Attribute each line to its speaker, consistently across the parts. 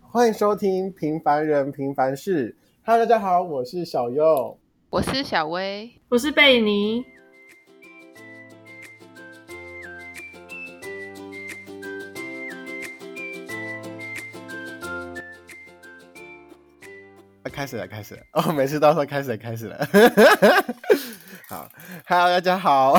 Speaker 1: 欢迎收听《平凡人平凡事》。Hello，大家好，我是小优。
Speaker 2: 我是小薇，
Speaker 3: 我是贝尼。
Speaker 1: 啊开始了，开始了！哦，每次到说开始了，开始 了。好，Hello，大家好。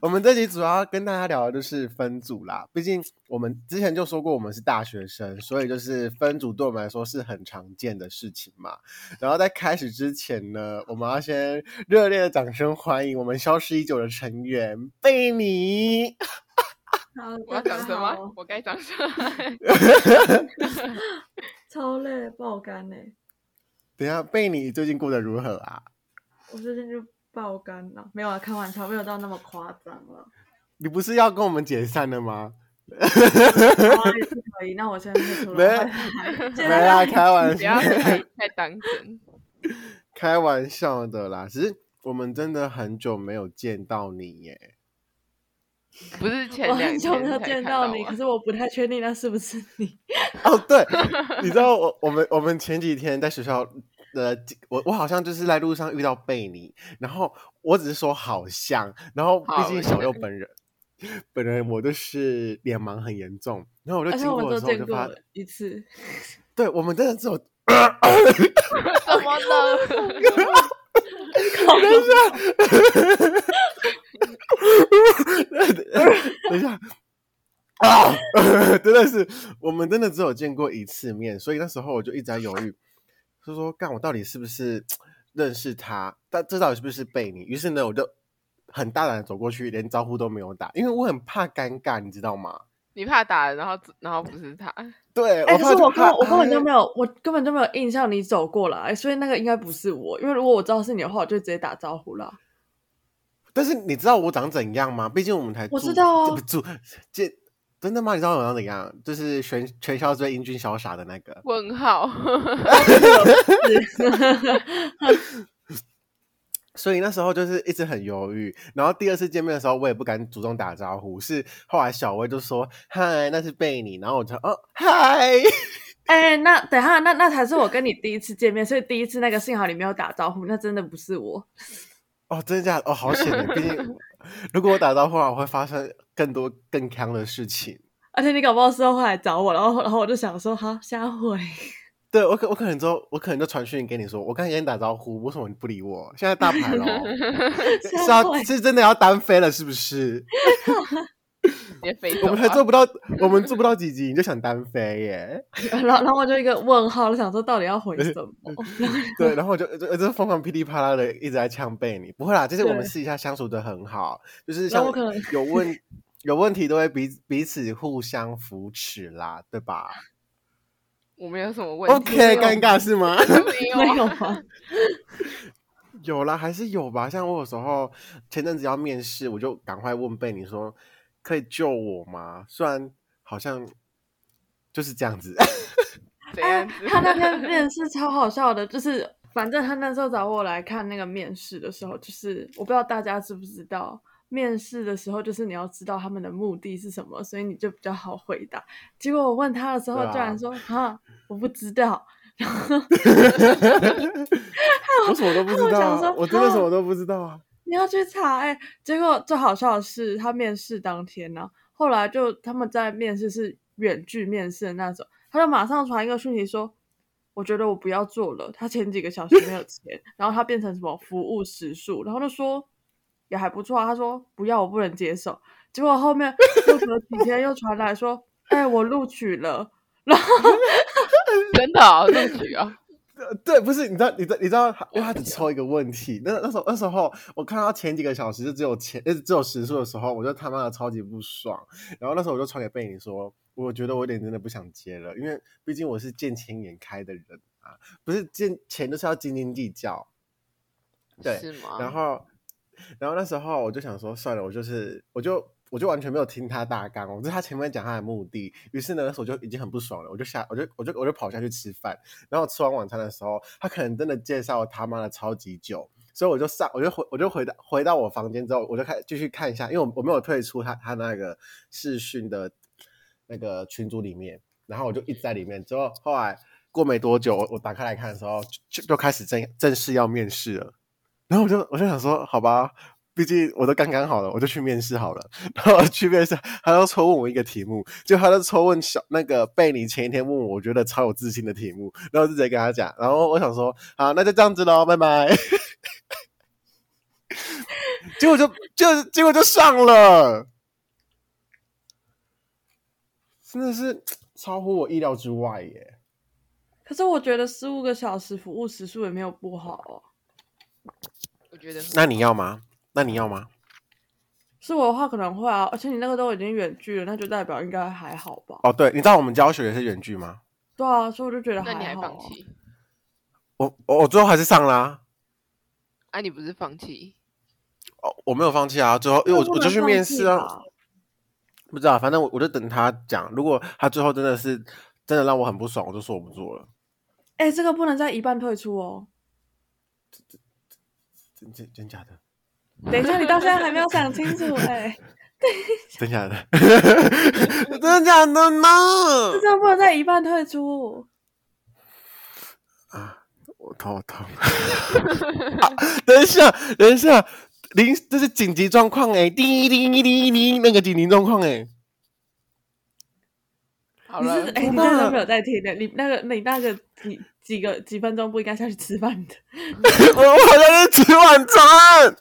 Speaker 1: 我们这集主要跟大家聊的就是分组啦，毕竟我们之前就说过我们是大学生，所以就是分组对我们来说是很常见的事情嘛。然后在开始之前呢，我们要先热烈的掌声欢迎我们消失已久的成员贝尼。
Speaker 3: Hello，
Speaker 2: 我要讲什么？？我该讲什 么？
Speaker 3: 超累，爆肝欸呢、
Speaker 1: 等一下，贝尼最近过得如何啊？
Speaker 3: 我最近就爆肝了，没有啊，开玩笑，没有到那么夸张了。
Speaker 1: 你不是要跟我们解散了吗？
Speaker 3: 好啊也是可以，那我先退出了。
Speaker 1: 没
Speaker 3: 拜拜
Speaker 1: 没啊啦，开玩
Speaker 2: 不要
Speaker 1: 笑，
Speaker 2: 太太当真。
Speaker 1: 开玩笑的啦。只是我们真的很久没有见到你耶。
Speaker 2: 不是前
Speaker 3: 我
Speaker 2: 两
Speaker 3: 很久
Speaker 2: 天
Speaker 3: 没有
Speaker 2: 才
Speaker 3: 见
Speaker 2: 看
Speaker 3: 到
Speaker 2: 到
Speaker 3: 你，
Speaker 2: 吗
Speaker 3: 可是我不太确定那是不是你。
Speaker 1: 哦，对，你知道我我们我们前几天在学校，呃，我我好像就是在路上遇到贝尼，然后我只是说好像，然后毕
Speaker 2: 好
Speaker 1: 竟小六本人，本人我就是脸盲很严重，然后我就
Speaker 3: 而且
Speaker 1: 经
Speaker 3: 哎我
Speaker 1: 过
Speaker 3: 们
Speaker 1: 的
Speaker 3: 都
Speaker 1: 时候我
Speaker 3: 见
Speaker 1: 就发
Speaker 3: 过，一次，
Speaker 1: 对我们真的只有，
Speaker 2: 怎么 了？
Speaker 1: 等一下。啊， 真的是，我们真的只有见过一次面，所以那时候我就一直在犹豫，就说干我到底是不是认识他，但这到底是不是贝尼？于是呢，我就很大胆的走过去，连招呼都没有打，因为我很怕尴尬，你知道吗？
Speaker 2: 你怕打了，然后然后不是他，
Speaker 1: 对，
Speaker 3: 哎、可
Speaker 1: 怕
Speaker 3: 是我根
Speaker 1: 怕
Speaker 3: 本我根本就
Speaker 1: 哎
Speaker 3: 没有，我根本就没有印象你走过来，哎所以那个应该不是我。因为如果我知道是你的话，我就直接打招呼了。
Speaker 1: 但是你知道我长怎样吗？毕竟我们才
Speaker 3: 我
Speaker 1: 住
Speaker 3: 知道啊
Speaker 1: 这不住这真的吗？你知道我长怎样？就是全全校最英俊潇洒的那个。
Speaker 2: 问号。
Speaker 1: 所以那时候就是一直很犹豫，然后第二次见面的时候，我也不敢主动打招呼，是后来小薇就说：“嗨，那是贝尼。”然后我就哦，嗨，
Speaker 3: 哎、那等一下，那那才是我跟你第一次见面，所以第一次那个幸好你没有打招呼，那真的不是我。
Speaker 1: 哦，真的假的？哦，好险的， 毕竟如果我打招呼的话，我会发生更多更坑的事情。
Speaker 3: 而且你搞不好事后会来找我，然后然后我就想说，好，下回。
Speaker 1: 对我可我可能之后我可能就传讯给你说，我刚才跟你打招呼，为什么你不理我？现在大牌了，哦是
Speaker 3: 吓
Speaker 1: 要
Speaker 3: 坏
Speaker 1: 是真的要单飞了，是不 是？
Speaker 2: 别飞走啊
Speaker 1: 我
Speaker 2: 吧
Speaker 1: 们还做不到，我们做不到几集你就想单飞耶？
Speaker 3: 然后然后我就一个问号，就想说到底要回什么？
Speaker 1: 对，然后我就呃就就疯狂噼里啪啦的一直在呛贝你，不会啦，就是我们
Speaker 3: 对
Speaker 1: 私底下相处的很好，就是
Speaker 3: 然
Speaker 1: 像
Speaker 3: 后我可能
Speaker 1: 有问有问题都会彼彼此互相扶持啦，对 吧
Speaker 2: 我们有什么问题
Speaker 1: ？OK，尴尬是吗？
Speaker 2: 没有
Speaker 3: 没
Speaker 2: 啊
Speaker 3: 有吗？
Speaker 1: 有啦，还是有吧。像我有时候前阵子要面试，我就赶快问贝你说，可以救我吗？虽然好像就是这样 子，
Speaker 2: 怎样子？
Speaker 3: 他那天面试超好笑的，就是反正他那时候找我来看那个面试的时候，就是我不知道大家知不知道，面试的时候就是你要知道他们的目的是什么，所以你就比较好回答。结果我问他的时候，
Speaker 1: 对啊
Speaker 3: 居然说啊，我不知道。
Speaker 1: 我什么都不知
Speaker 3: 我
Speaker 1: 道
Speaker 3: 想
Speaker 1: 啊
Speaker 3: 说，
Speaker 1: 我真的什
Speaker 3: 哈
Speaker 1: 么都不知道啊。
Speaker 3: 你要去查哎、结果最好笑的是，他面试当天呢、后来就他们在面试是远距面试的那种，他就马上传一个讯息说，我觉得我不要做了。他前几个小时没有钱，然后他变成什么服务时数，然后就说也还不错啊。他说不要，我不能接受。结果后面又隔几天又传来说，哎、我录取了。
Speaker 2: 真的哦，录取哦，
Speaker 1: 对，不是你知道，你知道，你知道他，因为他只抽一个问题。那那时候，那时候我看到前几个小时就只有前，呃只有时数的时候，我就他妈的超级不爽。然后那时候我就传给贝尼说，我觉得我有点真的不想接了，因为毕竟我是见钱眼开的人啊，不是见钱就是要斤斤计较。对
Speaker 2: 是吗？
Speaker 1: 然后，然后那时候我就想说，算了，我就是，我就，我就完全没有听他大纲，我就是他前面讲他的目的。于是呢，那时候我就已经很不爽了，我就下，我就，我就，我就跑下去吃饭。然后吃完晚餐的时候，他可能真的介绍他妈的超级久，所以我就上，我就回，我就回到回到我房间之后，我就开继续看一下，因为我我没有退出他他那个视讯的那个群组里面。然后我就一直在里面。之后后来过没多久，我我打开来看的时候，就就开始正正式要面试了。然后我就我就想说，好吧，毕竟我都刚刚好了，我就去面试好了。 然后去面试，他就抽问我一个题目，就他就抽问小那个贝尼前一天问我，我觉得超有自信的题目，然后就直接跟他讲。然后我想说，好，那就这样子喽，拜拜。 结果就就结果就上了，真的是超乎我意料之外耶。
Speaker 3: 可是我觉得十五个小时服务时数也没有不好哦。
Speaker 2: 我觉得
Speaker 1: 那你要吗？那你要吗？
Speaker 3: 是我的话可能会啊，而且你那个都已经远距了，那就代表应该还好吧？
Speaker 1: 哦，对，你知道我们教学也是远距吗？
Speaker 3: 对啊，所以我就觉得
Speaker 2: 那你还
Speaker 3: 好、
Speaker 2: 放
Speaker 3: 啊。
Speaker 2: 弃？
Speaker 1: 我我我最后还是上啦、
Speaker 2: 哎、你不是放弃？
Speaker 1: 哦，我没有放弃啊，最后因为我
Speaker 3: 那不
Speaker 1: 我就
Speaker 3: 能
Speaker 1: 去
Speaker 3: 放
Speaker 1: 面
Speaker 3: 弃
Speaker 1: 试啊
Speaker 3: 吧。
Speaker 1: 不知道，反正我我就等他讲。如果他最后真的是真的让我很不爽，我就说我不做了。
Speaker 3: 哎、这个不能在一半退 出哦。
Speaker 1: 真真真假的？
Speaker 3: 等一下，你到现在还没有想清 楚哎、
Speaker 1: 真假的？ 真的假的
Speaker 3: 这
Speaker 1: 呢？
Speaker 3: 真的不能在一半退出。
Speaker 1: 啊，我头好痛、 啊等一下，等一下，临这是紧急状况哎，叮叮叮叮叮，那个紧急状况哎。
Speaker 2: 好
Speaker 3: 你是
Speaker 2: 了，
Speaker 3: 哎、
Speaker 1: 怎
Speaker 3: 你
Speaker 1: 么
Speaker 3: 真
Speaker 1: 办
Speaker 3: 的
Speaker 1: 啊
Speaker 3: 没有在听的？你那个你那个几几个几分钟不应该下去吃饭的？
Speaker 1: 我我好像在吃晚餐。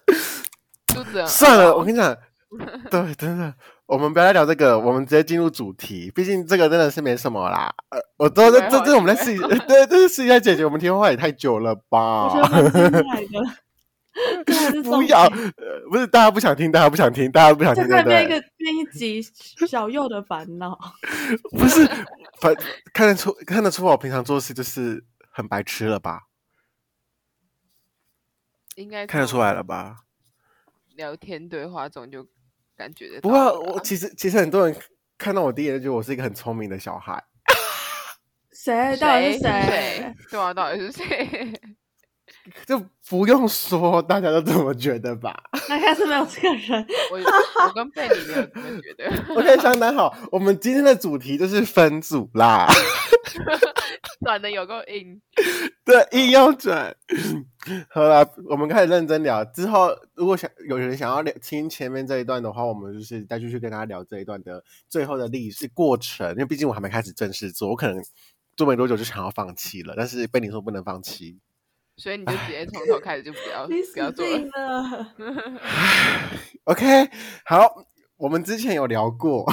Speaker 2: 肚
Speaker 3: 呃
Speaker 2: 子很饿
Speaker 1: 算了，我跟你 讲，对，真的，我们不要再聊这个，我们直接进入主题。毕竟这个真的是没什么啦。呃，我都
Speaker 2: 题
Speaker 1: 这
Speaker 2: 外
Speaker 1: 这
Speaker 3: 啊
Speaker 2: 话
Speaker 1: 这我们 在试一，对，这是试一下解决。我们天花也太久了
Speaker 3: 我
Speaker 1: 吧
Speaker 3: 觉？得蛮精彩的。这还是
Speaker 1: 哦不
Speaker 3: 重
Speaker 1: 要，
Speaker 3: 点
Speaker 1: 呃不是大家不想听，大家不想听，大家不想
Speaker 3: 这
Speaker 1: 听，对
Speaker 3: 快
Speaker 1: 不
Speaker 3: 变一
Speaker 1: 对？
Speaker 3: 个变一集小右的烦恼。
Speaker 1: 不是，反看得出看得出我平常做事就是很白痴了吧？
Speaker 2: 应该
Speaker 1: 看得
Speaker 2: 从
Speaker 1: 出来了吧？
Speaker 2: 聊天对话中就感觉得
Speaker 1: 不
Speaker 2: 到
Speaker 1: 过
Speaker 2: 了
Speaker 1: 我
Speaker 2: 啦
Speaker 1: 其实其实很多人看到我第一眼就觉得我是一个很聪明的小孩。
Speaker 3: 谁？哎到底是
Speaker 2: 谁？？对啊，到底是谁？
Speaker 1: 就不用说，大家都这么觉得吧？
Speaker 3: 大概是没有这个人。
Speaker 2: 我 我跟贝里没有这么觉 得，
Speaker 1: 我觉得相当好。我们今天的主题就是分组啦，
Speaker 2: 转的有够硬。
Speaker 1: 对，硬要转。好啦，我们开始认真聊。之后如果想有人想要聊听前面这一段的话，我们就是再继续跟大家聊这一段的最后的历史过程。因为毕竟我还没开始正式做，我可能做没多久就想要放弃了。但是被你说不能放弃，
Speaker 2: 所以你就直接从头开始就不要
Speaker 3: 你
Speaker 2: 不要
Speaker 3: 死
Speaker 2: 做了
Speaker 3: 定。了！
Speaker 1: OK，好，我们之前有聊过，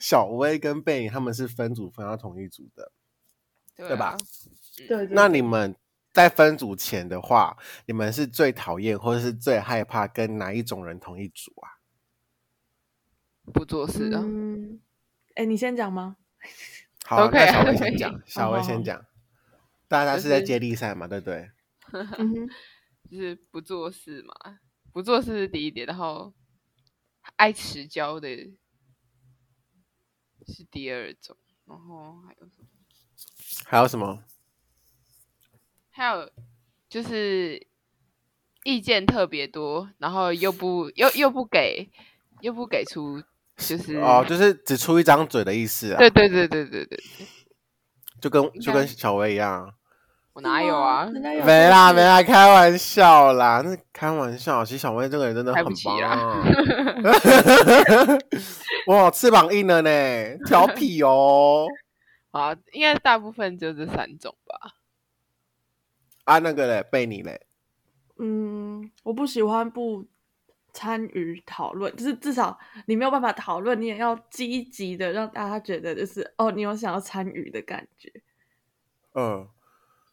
Speaker 1: 小薇跟贝影他们是分组分到同一组的。对
Speaker 2: 对
Speaker 1: 吧
Speaker 2: 啊？
Speaker 3: 对，
Speaker 1: 那你们在分组前的话，你们是最讨厌或者是最害怕跟哪一种人同一组啊？
Speaker 2: 不做事啊，
Speaker 3: 嗯，哎，你先讲吗？
Speaker 1: 好
Speaker 2: 都可以
Speaker 1: 那小
Speaker 2: 啊
Speaker 1: 薇
Speaker 2: 都可
Speaker 1: 先
Speaker 2: 以哦
Speaker 1: 讲，小
Speaker 3: 好
Speaker 1: 薇
Speaker 3: 好
Speaker 1: 先
Speaker 3: 好
Speaker 1: 讲。大家
Speaker 2: 就是是
Speaker 1: 在接力赛嘛，对不对？
Speaker 3: 嗯哼，
Speaker 2: 就是不做事嘛，不做事是第一点，然后爱迟交的是第二种，然后还有什么？
Speaker 1: 还有什么？
Speaker 2: 还有就是意见特别多，然后又不又又不给又不给出，就是
Speaker 1: 哦，就是只出一张嘴的意思啊，
Speaker 2: 嗯对对对对对对，
Speaker 1: 就跟
Speaker 2: 应
Speaker 1: 就
Speaker 2: 该
Speaker 1: 跟小薇一样啊。
Speaker 2: 我哪有啊？
Speaker 3: 人哦家有
Speaker 1: 没啦
Speaker 3: 故事
Speaker 1: 没。啦，开玩笑啦，那开玩笑。其实小薇这个人真的
Speaker 2: 开
Speaker 1: 很
Speaker 2: 不起
Speaker 1: 棒、
Speaker 2: 啦
Speaker 1: 啊， 哇，翅膀硬了呢，调皮哦。
Speaker 2: 啊，应该大部分就这三种吧。
Speaker 1: 啊，那个嘞，贝你嘞，
Speaker 3: 嗯，我不喜欢不参与讨论，就是至少你没有办法讨论，你也要积极的让大家觉得就是哦，你有想要参与的感觉。
Speaker 1: 嗯，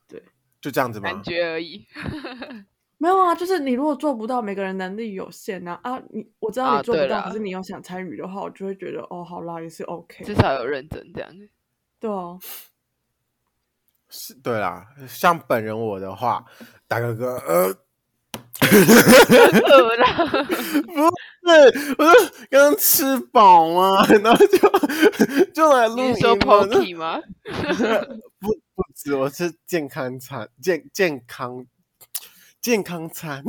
Speaker 3: 对，
Speaker 1: 就这样子吗？
Speaker 2: 感觉而已，
Speaker 3: 没有啊，就是你如果做不到，每个人能力有限呐、啊。你我知道
Speaker 2: 啊
Speaker 3: 你做不
Speaker 2: 对
Speaker 3: 到，
Speaker 2: 啦
Speaker 3: 可是你又想参与的话，我就会觉得哦，好啦，也是 OK
Speaker 2: 至。少有认真这样。
Speaker 3: 对哦，
Speaker 1: 是，对啦，像本人我的话，大哥哥，呃，
Speaker 2: 饿了，
Speaker 1: 对，我就刚刚吃饱嘛， 然后就就来录
Speaker 2: 你
Speaker 1: 音
Speaker 2: 是说
Speaker 1: 嘛那
Speaker 2: Pokey 吗？
Speaker 1: 不不止，我是健康餐，健健康健康餐。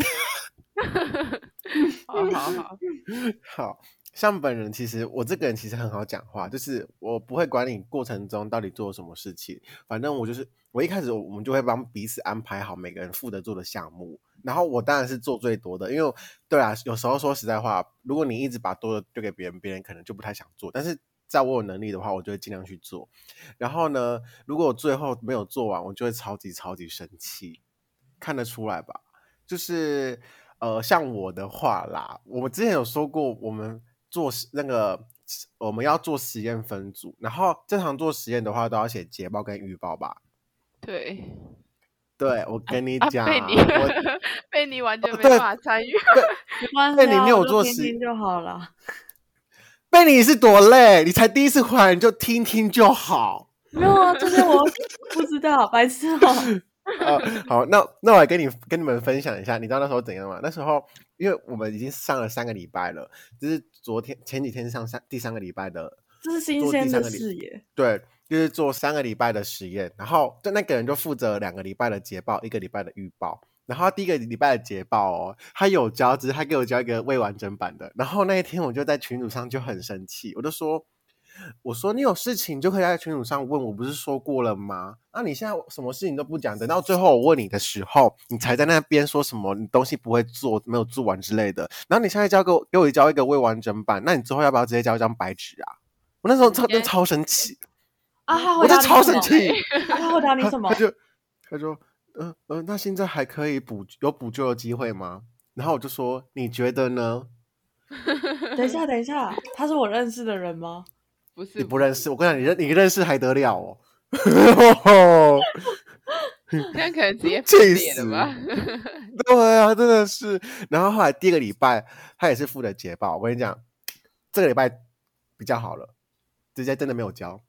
Speaker 2: 哦好好好，
Speaker 1: 好，像本人其实我这个人其实很好讲话，就是我不会管你过程中到底做了什么事情，反正我就是我一开始我们就会帮彼此安排好每个人负责做的项目，然后我当然是做最多的，因为对啊，有时候说实在话，如果你一直把多的丢给别人，别人可能就不太想做，但是。在我有能力的话，我就会尽量去做。然后呢，如果我最后没有做完，我就会超级超级生气，看得出来吧？就是呃，像我的话啦，我们之前有说过，我们做实那个我们要做实验分组，然后正常做实验的话都要写捷报跟预报吧？
Speaker 2: 对，
Speaker 1: 对，我跟你
Speaker 2: 啊
Speaker 1: 讲，
Speaker 2: 被你
Speaker 1: 我哦
Speaker 2: 被你完全没
Speaker 1: 对
Speaker 2: 办法参与。
Speaker 3: 没关
Speaker 1: 那
Speaker 3: 系、
Speaker 1: 你
Speaker 3: 啊，
Speaker 1: 没有
Speaker 3: 我就
Speaker 1: 做
Speaker 3: 听
Speaker 1: 实
Speaker 3: 听就好了。
Speaker 1: 被你是多累，你才第一次回来你就听听就好。
Speaker 3: 没有啊，这些我 不知道，白痴哦、
Speaker 1: 呃，好，那那我来跟你跟你们分享一下，你知道那时候怎样吗？那时候因为我们已经上了三个礼拜了，就是昨天前几天上三第三个礼拜的，
Speaker 3: 这是新
Speaker 1: 做第
Speaker 3: 鲜
Speaker 1: 三
Speaker 3: 的
Speaker 1: 个礼
Speaker 3: 视野。
Speaker 1: 对，就是做三个礼拜的实验，然后就那个人就负责两个礼拜的捷报，一个礼拜的预报。然后他第一个礼拜的捷报哦，他有交，只是他给我交一个未完整版的。然后那一天我就在群组上就很生气，我就说，我说你有事情就可以在群组上问我，不是说过了吗？那你现在什么事情都不讲，等到最后我问你的时候，你才在那边说什么你东西不会做，没有做完之类的。然后你现在交给我给我交一个未完整版，那你之后要不要直接交一张白纸啊？我那时候超真的超生气，
Speaker 3: 啊，他
Speaker 1: 我
Speaker 3: 回
Speaker 1: 就
Speaker 3: 答你
Speaker 1: 超
Speaker 3: 什
Speaker 1: 生
Speaker 3: 么？
Speaker 1: 气。
Speaker 3: 啊他回 答你什么
Speaker 1: 他？就他就呃呃，那现在还可以补有补救的机会吗？然后我就说你觉得呢？
Speaker 3: 等一下，等一下，他是我认识的人吗？
Speaker 2: 不是
Speaker 1: 你不认识，我跟你讲，你认你认识还得了哦？
Speaker 2: 这样可能直 接
Speaker 1: 气
Speaker 2: 分裂了
Speaker 1: 死
Speaker 2: 吧？
Speaker 1: 对啊，真的是。然后后来第二个礼拜，他也是负责捷报。我跟你讲，这个礼拜比较好了，直接真的没有交，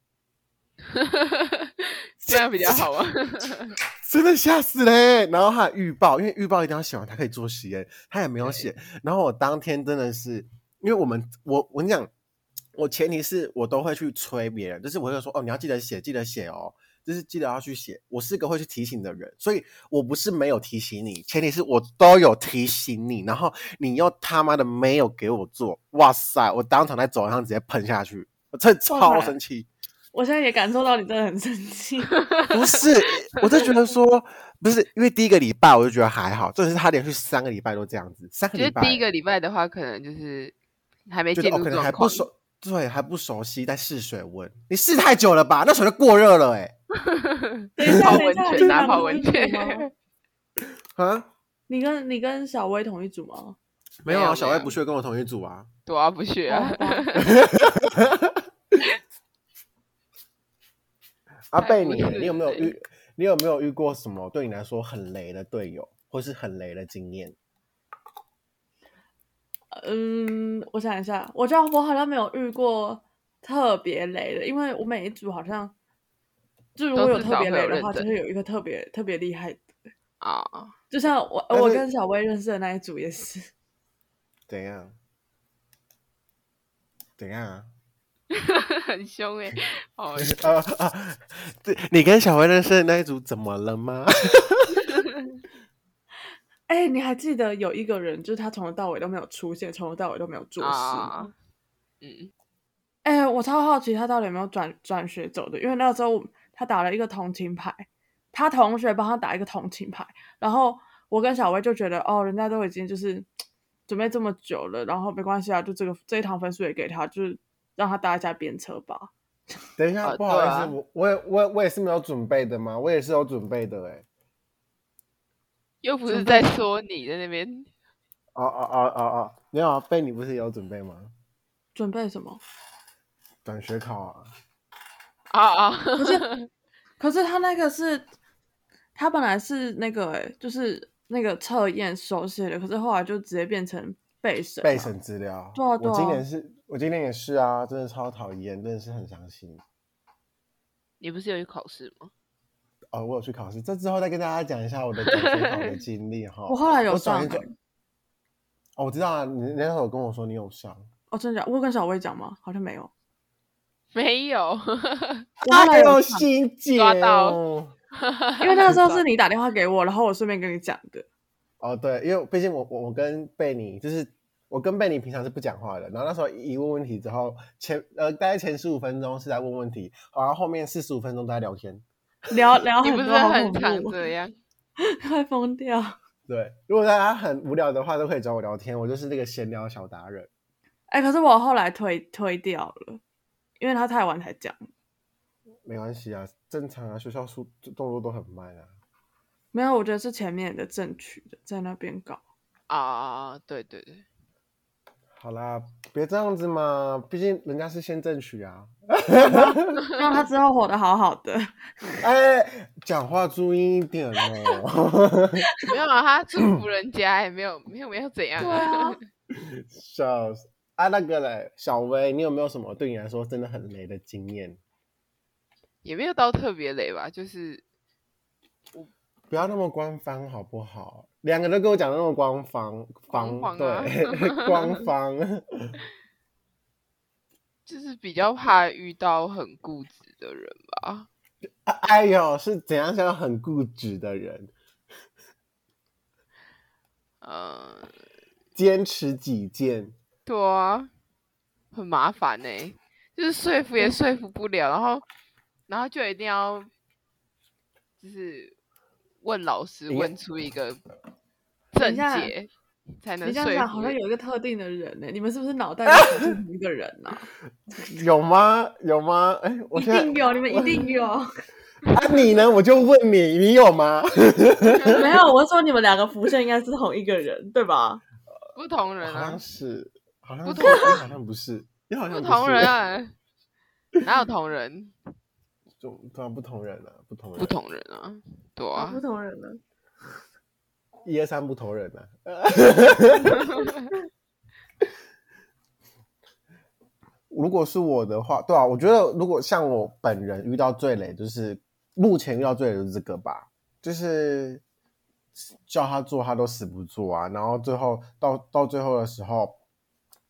Speaker 2: 这样比较好啊。
Speaker 1: 真的吓死嘞！然后他的预报，因为预报一定要写完，他可以做实验，他也没有写。然后我当天真的是，因为我们我我跟你讲，我前提是我都会去催别人，就是我会说哦，你要记得写，记得写哦，就是记得要去写。我是个会去提醒的人，所以我不是没有提醒你，前提是我都有提醒你，然后你又他妈的没有给我做，哇塞！我当场在走廊上直接喷下去，我真的超
Speaker 3: 哇塞
Speaker 1: 生气。
Speaker 3: 我现在也感受到你真的很生 气。
Speaker 1: 不是，我就觉得说，不是因为第一个礼拜我就觉得还好，这是他连续三个礼拜都这样子，三个
Speaker 2: 就是
Speaker 1: 礼拜
Speaker 2: 第一个礼拜的话，可能就是还没
Speaker 1: 觉
Speaker 2: 进
Speaker 1: 得哦，
Speaker 2: 入
Speaker 1: 可能
Speaker 2: 状
Speaker 1: 还不
Speaker 2: 况，
Speaker 1: 熟，对，还不熟悉，在试水温，你试太久了吧？那水就过热了、欸，
Speaker 3: 等一
Speaker 2: 泡
Speaker 3: 下，等
Speaker 2: 温
Speaker 3: 一下，
Speaker 2: 泉
Speaker 3: 你
Speaker 2: 拿
Speaker 3: 们
Speaker 2: 泡
Speaker 3: 不
Speaker 2: 温
Speaker 3: 是一组
Speaker 2: 泉
Speaker 3: 吗？
Speaker 1: 啊，
Speaker 3: 你跟你跟小薇同一组吗？
Speaker 1: 没
Speaker 2: 没
Speaker 1: 有啊，
Speaker 2: 有
Speaker 1: 小
Speaker 2: 没
Speaker 1: 薇
Speaker 2: 有
Speaker 1: 不屑跟我同一组啊，
Speaker 2: 对啊，不去啊
Speaker 3: 哦。好吧
Speaker 1: 阿
Speaker 2: 太
Speaker 1: 贝
Speaker 2: 不
Speaker 1: 你欸，
Speaker 2: 是
Speaker 1: 你有没有遇
Speaker 2: 谁，
Speaker 1: 你有没有遇过什么对你来说很雷的队友，或是很雷的经验？
Speaker 3: 嗯，我想一下，我知道我好像没有遇过特别雷的，因为我每一组好像，就如
Speaker 2: 都
Speaker 3: 果有
Speaker 2: 至
Speaker 3: 特
Speaker 2: 少
Speaker 3: 别
Speaker 2: 会有
Speaker 3: 雷的
Speaker 2: 认
Speaker 3: 话，就
Speaker 2: 真
Speaker 3: 会有一个特别特别厉害的。
Speaker 1: 哦
Speaker 2: 啊，
Speaker 3: 就像我
Speaker 1: 但
Speaker 3: 我
Speaker 1: 是
Speaker 3: 跟小薇认识的那一组也是，
Speaker 1: 怎样？怎样啊？
Speaker 2: 很凶哎，哦，
Speaker 1: 啊啊！ 对，你跟小薇认识的那一组怎么了吗？
Speaker 3: 哎、你还记得有一个人，就是他从头到尾都没有出现，从头到尾都没有做事吗。
Speaker 2: 啊，嗯，
Speaker 3: 哎、我超好奇他到底有没有转转学走的，因为那个时候我他打了一个同情牌，他同学帮他打一个同情牌，然后我跟小薇就觉得哦，人家都已经就是准备这么久了，然后没关系啊，就这个这一堂分数也给他，就是让他搭一下便车吧。
Speaker 1: 等一下，
Speaker 2: 呃
Speaker 1: 不好
Speaker 2: 对
Speaker 1: 意思，
Speaker 2: 啊
Speaker 1: 我我也我也我也是没有准备的嘛，我也是有准备的哎、
Speaker 2: 又不是在说你在那边，
Speaker 1: 哦哦哦哦哦，没有啊，贝你不是也有准备吗？
Speaker 3: 准备什么？
Speaker 1: 转学考啊，
Speaker 2: 啊啊，
Speaker 3: 可是可是他那个是，他本来是那个、欸、就是那个测验手写的，可是后来就直接变成背审嘛。
Speaker 1: 备审资料。
Speaker 3: 对啊对
Speaker 1: 我
Speaker 3: 啊
Speaker 1: 今年是，我今年也是啊，真的超讨厌，真的是很伤心。
Speaker 2: 你不是有去考试吗？
Speaker 1: 哦，我有去考试，这之后再跟大家讲一下我的转学考的经历哈。
Speaker 3: 我后来有
Speaker 1: 我转
Speaker 3: 上
Speaker 1: 一
Speaker 3: 欸、
Speaker 1: 转，哦，我知道啊，你你那时候有跟我说你有上，
Speaker 3: 哦，真的假的我有跟小薇讲吗？好像没 有。
Speaker 2: 没有，
Speaker 3: 哦我后来有
Speaker 1: 有
Speaker 3: 上
Speaker 1: 心姐
Speaker 2: 抓到
Speaker 1: 哦。
Speaker 3: 因为那个时候是你打电话给我，然后我顺便跟你讲的。
Speaker 1: 哦，对，因为毕竟我我我跟贝尼就是我跟贝尼平常是不讲话的，然后那时候一问问题之后，前呃大概前十五分钟是在问问题，然后后面四十五分钟都在聊天。
Speaker 3: 聊 聊
Speaker 2: 你
Speaker 3: 很
Speaker 2: 不是
Speaker 3: 多，啊好
Speaker 2: 很
Speaker 3: 恐
Speaker 2: 常
Speaker 3: 怖，哦
Speaker 2: 这样？
Speaker 3: 快疯掉。
Speaker 1: 对，如果大家很无聊的话，都可以找我聊天，我就是那个闲聊小达人。
Speaker 3: 哎、可是我后来推推掉了，因为他太晚才讲。
Speaker 1: 没关系啊，正常啊，学校速动作都很慢啊。
Speaker 3: 没有，我觉得是前面的正取的在那 边搞。
Speaker 2: 啊，对对对，
Speaker 1: 好啦，别这样子嘛，毕竟人家是先正取啊。
Speaker 3: 让他之后活得好好 的。
Speaker 1: 哎，讲话注意一点哦。
Speaker 2: 没有啊，他祝福人家，也没有没有没有怎样
Speaker 3: 对
Speaker 2: 啊。
Speaker 3: 啊，
Speaker 1: 笑死啊，那个嘞，小薇，你有没有什么对你来说真的很雷的经验？
Speaker 2: 也没有到特别累吧，就是
Speaker 1: 不要那么官方好不好？两个都跟我讲的那么官方，
Speaker 2: 光
Speaker 1: 方
Speaker 2: 方啊
Speaker 1: 对，官方。
Speaker 2: 就是比较怕遇到很固执的人吧。
Speaker 1: 啊哎呦，是怎样像很固执的人，
Speaker 2: 嗯，
Speaker 1: 坚持己见，
Speaker 2: 对啊，很麻烦呢、就是说服
Speaker 1: 嗯
Speaker 2: 也说服不了，然后然后就一定要就是问老师，
Speaker 1: 你
Speaker 2: 问出一个
Speaker 3: 等
Speaker 2: 正
Speaker 3: 一下
Speaker 2: 解才能
Speaker 3: 你这
Speaker 2: 说
Speaker 3: 样讲
Speaker 2: 服
Speaker 3: 好像
Speaker 2: 人。
Speaker 3: 有一个特定的人呢、你们是不是脑袋里只是同一个人呢、
Speaker 1: 有吗？有吗？哎， 我
Speaker 3: 一
Speaker 1: 现在
Speaker 3: 定有，你们一定 有。
Speaker 1: 啊，你呢？我就问你，你有吗？
Speaker 3: 没有，我是说你们两个浮现应该是同一个人，对吧？
Speaker 2: 不同人
Speaker 1: 好像
Speaker 2: 啊，
Speaker 1: 是，好像
Speaker 2: 不
Speaker 1: 是，
Speaker 2: 同啊
Speaker 1: 哎好像不是，你好
Speaker 2: 不
Speaker 1: 像
Speaker 2: 同
Speaker 1: 是
Speaker 2: 人，啊，哪有同人？
Speaker 1: 就对啊，不同人啊，不同人，
Speaker 2: 不同人啊，对啊
Speaker 3: 不，同人呢？
Speaker 1: 一二三不同人啊。如果是我的话，对啊，我觉得如果像我本人遇到最累，就是目前遇到最累就是这个吧，就是叫他做他都死不做啊，然后最后到到最后的时候，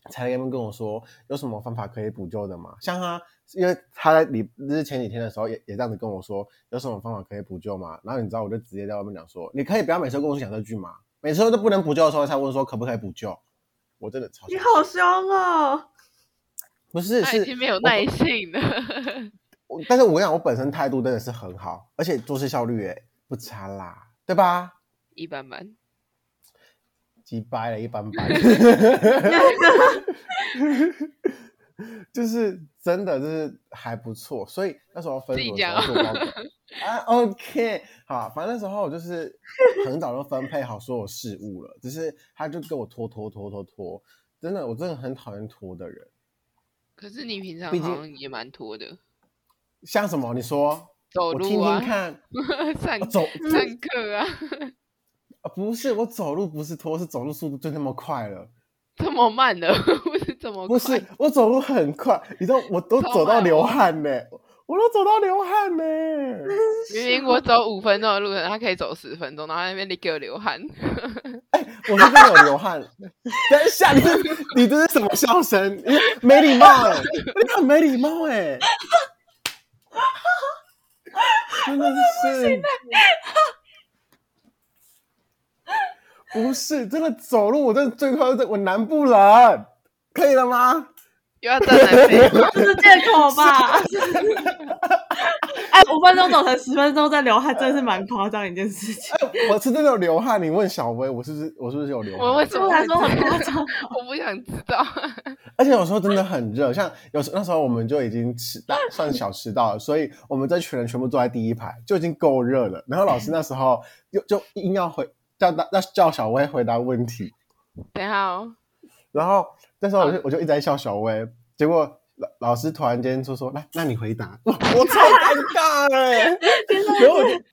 Speaker 1: 才他们跟我说有什么方法可以补救的嘛？像他，因为他在礼就是前几天的时候也也这样子跟我说有什么方法可以补救嘛，然后你知道我就直接在外面讲说，你可以不要每次都跟我讲这句嘛，每次都不能补救的时候才问说可不可以补救，我真的超
Speaker 3: 你
Speaker 1: 想
Speaker 3: 好凶哦！
Speaker 1: 不是
Speaker 2: 他已
Speaker 1: 是
Speaker 2: 经没有
Speaker 1: 我
Speaker 2: 耐性了。
Speaker 1: 我但是我跟你讲，我本身态度真的是很好，而且做事效率也不差啦，对吧？
Speaker 2: 一般般，
Speaker 1: 鸡掰了，一般 般， 就是真的就是还不错，所以那时候分
Speaker 2: 自己
Speaker 1: 组的时
Speaker 2: 讲
Speaker 1: 候做报告 啊，OK，好，反正那时候我就是很早就分配好所有事务了，只是他就跟我拖拖拖拖拖，真的我真的很讨厌拖的人，
Speaker 2: 可是你平常
Speaker 1: 毕
Speaker 2: 好
Speaker 1: 竟
Speaker 2: 像也蛮拖的，
Speaker 1: 像什么你说，
Speaker 2: 走
Speaker 1: 我听听
Speaker 2: 路啊，
Speaker 1: 看，
Speaker 2: 上
Speaker 1: 我走
Speaker 2: 上课啊，
Speaker 1: 啊不是我走路不是拖，是走路速度就那么快了。
Speaker 2: 这么慢的，不是这么
Speaker 1: 不
Speaker 2: 快
Speaker 1: 是，我走路很快，你知道我都
Speaker 2: 超
Speaker 1: 走到
Speaker 2: 慢
Speaker 1: 流
Speaker 2: 哦
Speaker 1: 汗呢、我都走到流汗呢、
Speaker 2: 明明我走五分钟的路程，他可以走十分钟，然后在那边立刻流汗。
Speaker 1: 我是真的有流汗。等一下，你这你这是什么笑声？你没礼貌、欸，你很没礼貌哎、真的是。不是，真的走路，我真的最快就是，我南部人，可以了吗？
Speaker 2: 又要站南北，
Speaker 3: 这是借口 吧？哎，五分钟走成十分钟再流汗，真的是蛮夸张一件事情。
Speaker 1: 我是真的有流汗。你问小薇，我是不是我是不是有流汗？
Speaker 2: 我为什
Speaker 3: 这
Speaker 2: 么
Speaker 3: 才
Speaker 2: 会
Speaker 3: 说很
Speaker 2: 这样
Speaker 3: 夸张。
Speaker 2: 我不想知道。
Speaker 1: 而且有时候真的很热，像有时那时候我们就已经迟到，算小迟到了，所以我们这群人全部坐在第一排，就已经够热了。然后老师那时候就就硬要回叫大要叫小薇回答问题，
Speaker 2: 等一下哦，
Speaker 1: 然后那时候我
Speaker 2: 嗯
Speaker 1: 就我就一直在笑小薇，结果老老师突然间就说：“来，那你回 答。” 哇，我超尴尬哎、然后我就，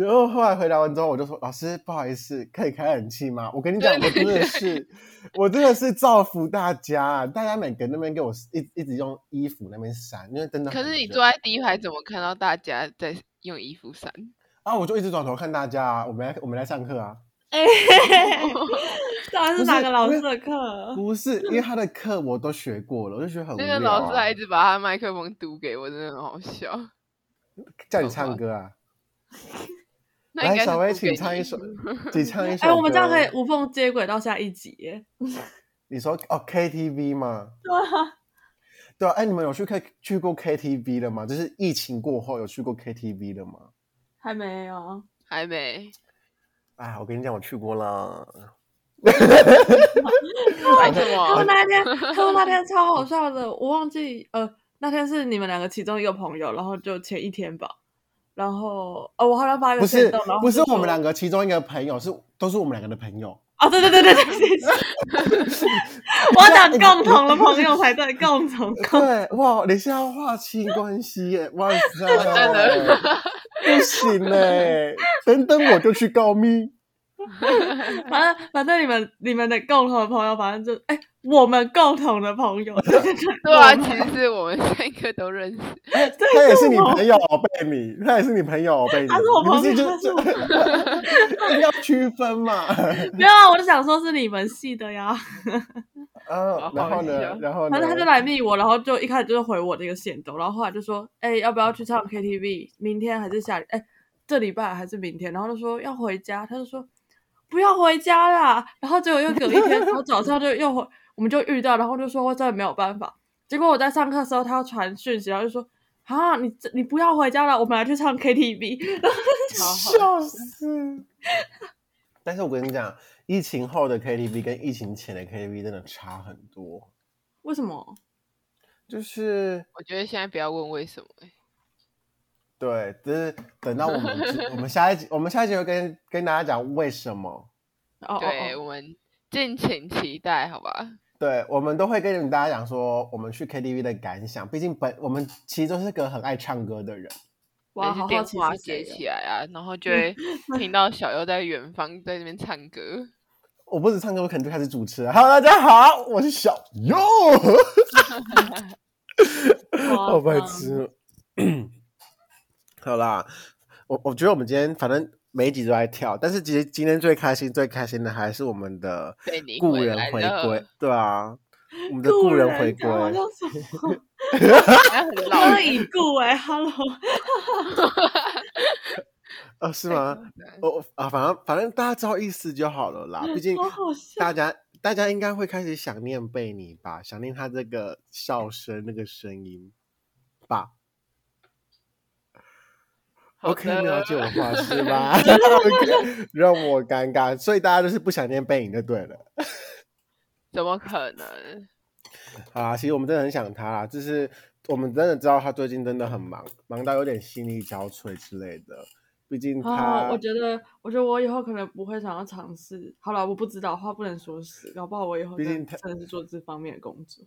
Speaker 1: 然后后来回答完之后，我就说：“老师，不好意思，可以开冷气吗？”我跟你讲，我真的是，我真的是造福大家，啊大家每个人那边给我一一直用衣服那边扇，因为真的很
Speaker 2: 可
Speaker 1: 热。
Speaker 2: 是你坐在第一排，怎么看到大家在用衣服扇？
Speaker 1: 啊，我就一直转头看大家、啊，我们来我们来上课啊。
Speaker 3: 哎， 到底是哪个老师的课？
Speaker 1: 不是，因为他的课我都学过了，我就觉得很无 聊、啊。
Speaker 2: 那个老师还一直把他麦克风堵给我，真的很好笑。
Speaker 1: 叫你唱歌啊。
Speaker 2: 那应
Speaker 1: 来，
Speaker 2: 该是
Speaker 1: 小薇，
Speaker 2: 堵给
Speaker 1: 请唱
Speaker 2: 你
Speaker 3: 哎
Speaker 1: 一首，请唱一首。
Speaker 3: 哎，我们这样可以，无缝接轨到下一集耶。
Speaker 1: 你你说哦 KTV 吗？
Speaker 3: 对啊，
Speaker 1: 对啊，哎，你们有去 K 去过 KTV 了吗？就是疫情过后有去过 KTV 了吗？
Speaker 3: 还没有。
Speaker 2: 还 没，
Speaker 1: 哎，我跟你讲，我去过啦。
Speaker 2: 为什
Speaker 3: 他们
Speaker 2: 么？
Speaker 3: 那一天， 他们那天超好笑的，我忘记呃，那天是你们两个其中一个朋友，然后就前一天吧，然后哦，我好像发一
Speaker 1: 不
Speaker 3: 个
Speaker 1: 是
Speaker 3: 限动，然后
Speaker 1: 不是
Speaker 3: 就说
Speaker 1: 我们两个其中一个朋友，是都是我们两个的朋友。
Speaker 3: 哦，对对对对对对， 我要讲共同的朋友才对，共同 共
Speaker 1: 对，哇，你现在要划清关系耶，哇塞，
Speaker 2: 真的
Speaker 1: 不行嘞，等等我就去告密。
Speaker 3: 反正反正你们你们的共同的朋友，反正就哎，我们共同的朋友， 对对对，
Speaker 2: 对啊，
Speaker 3: 我们
Speaker 2: 其实是我们三个都认识。
Speaker 1: 他也是你
Speaker 3: 我
Speaker 1: 朋友哦，贝米，他也是你朋友哦，贝米，
Speaker 3: 他是我
Speaker 1: 你不
Speaker 3: 朋友
Speaker 1: 是就
Speaker 3: 他是
Speaker 1: 是
Speaker 3: 我
Speaker 1: 一定要区分 嘛？
Speaker 3: 没有啊，我就想说是你们系的呀，
Speaker 1: 啊，然后
Speaker 2: 好好
Speaker 1: 呢
Speaker 2: 笑，
Speaker 1: 然后呢，
Speaker 3: 反正他就来密我，然后就一开始就是回我这个线动，然后后来就说，哎、要不要去唱 KTV？明天还是下礼？哎、这礼拜还是明天？然后就说要回家，他就说不要回家啦。然后结果又隔一天，然后早上就又回，我们就遇到，然后就说我真的没有办法。结果我在上课的时候，他要传讯息，然后就说啊，你这你不要回家了，我们来去唱 KTV。然
Speaker 1: 笑
Speaker 3: 后
Speaker 1: 死。但是我跟你讲，疫情后的 KTV 跟疫情前的 KTV 真的差很多，
Speaker 3: 为什么？
Speaker 1: 就是
Speaker 2: 我觉得现在不要问为什么、欸
Speaker 1: 对，就是等到我们 之我们下一集，我们下一集会跟跟大家讲为什么。
Speaker 3: 哦哦
Speaker 2: 对
Speaker 3: 哦，
Speaker 2: 我们敬请期待，好吧？
Speaker 1: 对，我们都会跟大家讲说我们去 KTV 的感想，毕竟本我们其实都是个很爱唱歌的人。
Speaker 3: 哇，
Speaker 2: 就是
Speaker 3: 好好
Speaker 2: 电
Speaker 3: 奇
Speaker 2: 话
Speaker 3: 是谁
Speaker 2: 接
Speaker 3: 哦
Speaker 2: 起来啊，然后就会听到小优在远方在那边唱歌。
Speaker 1: 我不止唱歌，我可能就开始主持了。Hello，大家好，我是小优，
Speaker 3: 哦
Speaker 1: 好白
Speaker 3: 嗯
Speaker 1: 痴。 好啦，我我觉得我们今天反正每一集都在跳，但是其实今天最开心、最开心的还是我们的
Speaker 2: 被你
Speaker 1: 故
Speaker 2: 回
Speaker 1: 人
Speaker 2: 来
Speaker 1: 回
Speaker 2: 了
Speaker 1: 归，对啊，我们的故人回归
Speaker 3: 讲。好像什么？
Speaker 2: 那很 老
Speaker 3: 都已故哎、哈 h e l l o
Speaker 1: 哦，是吗？
Speaker 2: 了
Speaker 1: 我我啊，反正反正大家知道意思就好了啦。毕竟
Speaker 3: 好好笑
Speaker 1: 大家大家应该会开始想念贝尼吧，想念他这个笑声、那个声音吧。
Speaker 2: 好
Speaker 1: OK，
Speaker 2: 的
Speaker 1: 了解我 话是吧？OK，让我尴尬，所以大家就是不想念贝影就对了。
Speaker 2: 怎么可能？
Speaker 1: 好啦，其实我们真的很想他啦，就是我们真的知道他最近真的很忙，忙到有点心力交瘁之类的。毕竟
Speaker 2: 哦
Speaker 1: 他，
Speaker 3: 啊！我觉得，我觉得我以后可能不会想要尝试。好了，我不知道，话不能说死，搞不好我以后
Speaker 1: 毕
Speaker 3: 真
Speaker 1: 竟
Speaker 3: 的
Speaker 1: 他
Speaker 3: 真的是做这方面的工作。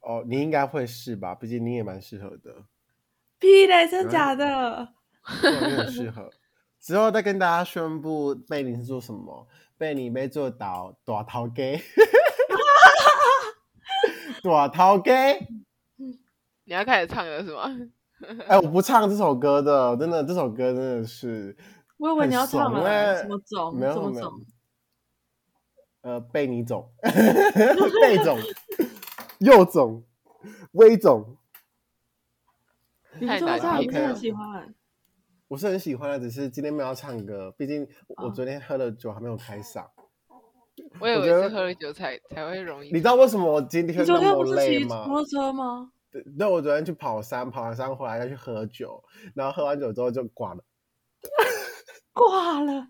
Speaker 1: 哦，你应该会是吧？毕竟你也蛮适合的。
Speaker 3: 屁嘞，真假的？
Speaker 1: 没有适合。之后再跟大家宣布贝尼是做什么，贝尼被做到大头 鸡， 大头鸡。
Speaker 2: 你要开始唱了是吗？
Speaker 1: 哎，我不唱这首歌的，真的，这首歌真的是
Speaker 3: 我以为你要唱
Speaker 1: 很
Speaker 3: 了、
Speaker 1: 怂欸
Speaker 3: 什么总？
Speaker 1: 没
Speaker 3: 什
Speaker 1: 有
Speaker 3: 么
Speaker 1: 没有
Speaker 3: 总？，
Speaker 1: 呃，贝尼总， 贝总，佑总，威总，
Speaker 3: 你不是
Speaker 2: 太难
Speaker 3: 会唱，
Speaker 1: 了
Speaker 3: 你不是很
Speaker 1: OK
Speaker 3: 喜欢？
Speaker 1: 我是很喜欢的，只是今天没有要唱歌，毕竟我我
Speaker 3: 哦
Speaker 1: 昨天喝了酒还没有开嗓。
Speaker 2: 我以
Speaker 1: 我
Speaker 2: 为
Speaker 1: 觉得
Speaker 2: 是喝了酒才才会容易。
Speaker 1: 你知道为什么我今
Speaker 3: 你
Speaker 1: 天
Speaker 3: 昨
Speaker 1: 那
Speaker 3: 天
Speaker 1: 么
Speaker 3: 不是
Speaker 1: 累
Speaker 3: 骑
Speaker 1: 吗？
Speaker 3: 摩托车吗？
Speaker 1: 对，那我昨天去跑山，跑完山回来要去喝酒，然后喝完酒之后就挂了，
Speaker 3: 挂了，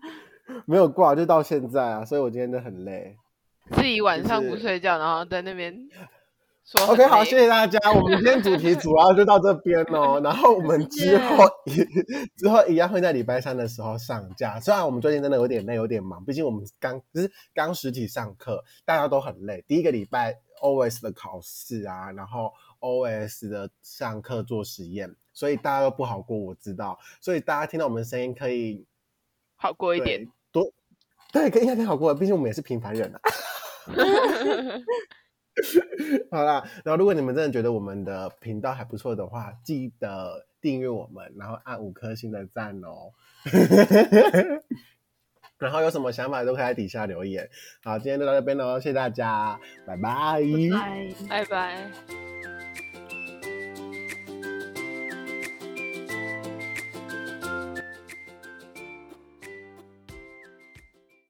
Speaker 1: 没有挂就到现在啊，所以我今天真的很累。
Speaker 2: 自己晚上不
Speaker 1: 就是
Speaker 2: 睡觉，然后在那边说很
Speaker 1: OK，好，
Speaker 2: 累
Speaker 1: 谢谢大家，我们今天主题主要就到这边哦，然后我们之后之后一样会在礼拜三的时候上架，虽然我们最近真的有点累，有点忙，毕竟我们刚就是刚实体上课，大家都很累，第一个礼拜 OS 的考试啊，然后 OS 的上课做实验，所以大家都不好过，我知道，所以大家听到我们的声音可以。
Speaker 2: 好过一
Speaker 1: 对，
Speaker 2: 点。
Speaker 1: 多，对，可以应该挺好过的，毕竟我们也是平凡人啊。 好啦，然后如果你们真的觉得我们的频道还不错的话，记得订阅我们，然后按五颗星的赞哦。 然后有什么想法都可以在底下留言。好，今天就到这边喽，谢谢大家，拜拜
Speaker 3: 拜。
Speaker 2: 拜拜。